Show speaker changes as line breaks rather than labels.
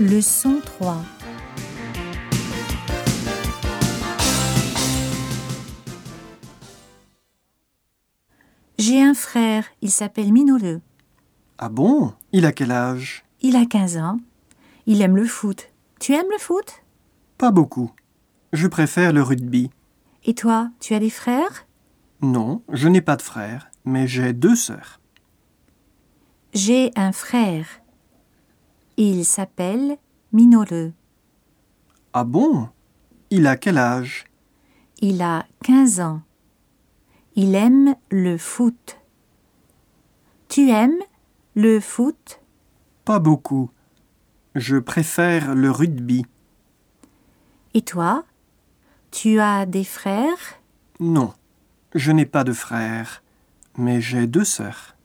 Leçon 3 J'ai un frère, il s'appelle Minoleux.
Ah bon Il a quel âge
Il a 15 ans. Il aime le foot. Tu aimes le foot
Pas beaucoup. Je préfère le rugby.
Et toi, tu as des frères
Non, je n'ai pas de frère, mais j'ai deux sœurs.
J'ai un frère. Il s'appelle Minoleux.
Ah bon Il a quel âge
Il a 15 ans. Il aime le foot. Tu aimes le foot
Pas beaucoup. Je préfère le rugby.
Et toi Tu as des frères
Non, je n'ai pas de frère, mais j'ai deux sœurs.